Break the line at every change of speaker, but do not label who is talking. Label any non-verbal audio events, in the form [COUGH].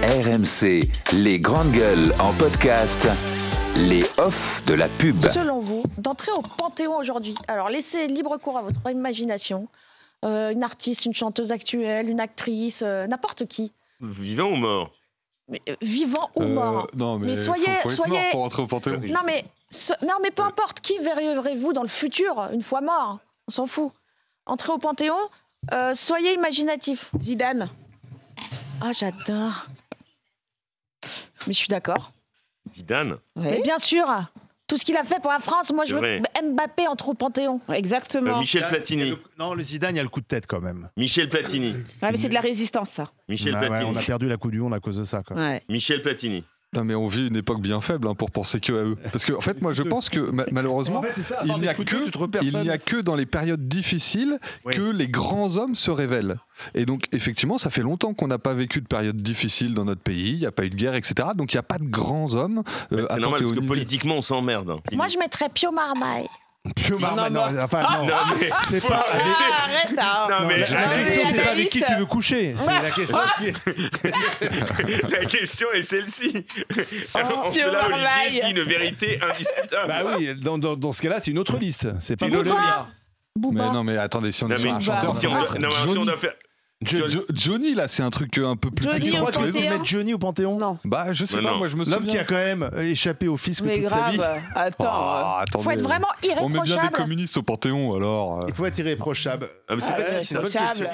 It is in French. RMC, les grandes gueules en podcast, les offs de la pub.
selon vous, d'entrer au Panthéon aujourd'hui Alors, laissez libre cours à votre imagination. Euh, une artiste, une chanteuse actuelle, une actrice, euh, n'importe qui.
Vivant ou mort
Mais, euh, vivant ou mort.
Euh, non, mais,
bah. Mais soyez-
faut, faut être
soyez-
mort pour entrer au Panthéon.
Non, mais, ce- non, mais peu importe, qui verrez-vous dans le futur, une fois mort On s'en fout. Entrez au Panthéon, euh, soyez imaginatif.
Zidane.
Ah, j'adore. Mais je suis d'accord.
Zidane
Mais bien sûr, tout ce qu'il a fait pour la France, moi je
C'est
veux
vrai.
que Mbappé entre au Panthéon.
Euh,
Exactement.
Michel
Zidane, il y
Platini.
a le- Non, le Zidane, il y a le coup de tête quand même.
Michel Platini.
Ouais, mais c'est de la résistance, ça.
Michel
Ah ouais,
Platini.
on a perdu la Coupe du Monde à cause de ça. Quoi.
Ouais.
Michel Platini.
Non, mais on vit une époque bien faible hein, pour penser que à eux. Parce que, en fait, moi, je pense que ma- malheureusement, il n'y a que il n'y a que dans les périodes difficiles
Ouais.
que les grands hommes se révèlent. Et donc, effectivement, ça fait longtemps qu'on n'a pas vécu de période difficile dans notre pays. Il n'y a pas eu de guerre, etc. Donc, il n'y a pas de grands hommes. euh, à
C'est normal parce que
panthéoniser.
politiquement on s'emmerde. hein.
Moi je mettrais Pio Marmaille.
Pio Marmaille, non, enfin, non.
Non, mais-
C'est pas.
Ah, arrête hein.
Non,
Non,
mais
la, la
allez,
question, c'est pas
Alice.
avec qui tu veux coucher. C'est la question qui
[LAUGHS]
est-
la question est celle-ci.
Oh,
Entre
Pio
là, Olivier
Marmaille.
dit une vérité indiscutable.
Bah oui, dans, dans, dans ce cas-là, c'est une autre liste. C'est pas
C'est une autre
Boulogne.
Mais
Booba.
non, mais attendez, si on
Non,
est sur
mais-
un chanteur,
si on
ça
doit-
va être
non, mais si on
Johnny.
doit faire-
Jo- Jo- Johnny, là, c'est un truc euh, un peu plus
Johnny
Tu
puissant
crois
au
que
qu'on
les
peut
autres.
Panthéon
mettre Johnny au Panthéon
Non.
Bah, je sais
Mais
pas.
non.
Moi, je me
L'homme qui
souviens.
a quand même échappé au fisc
Mais
toute sa vie.
grave. Attends. euh,
Ah,
Faut
attendez.
être vraiment
On met bien des
irréprochable.
communistes au Panthéon, alors. euh.
Il faut être irréprochable.
Ah, mais c'est-
Ah ouais,
euh,
c'est une bonne
sociable.
question.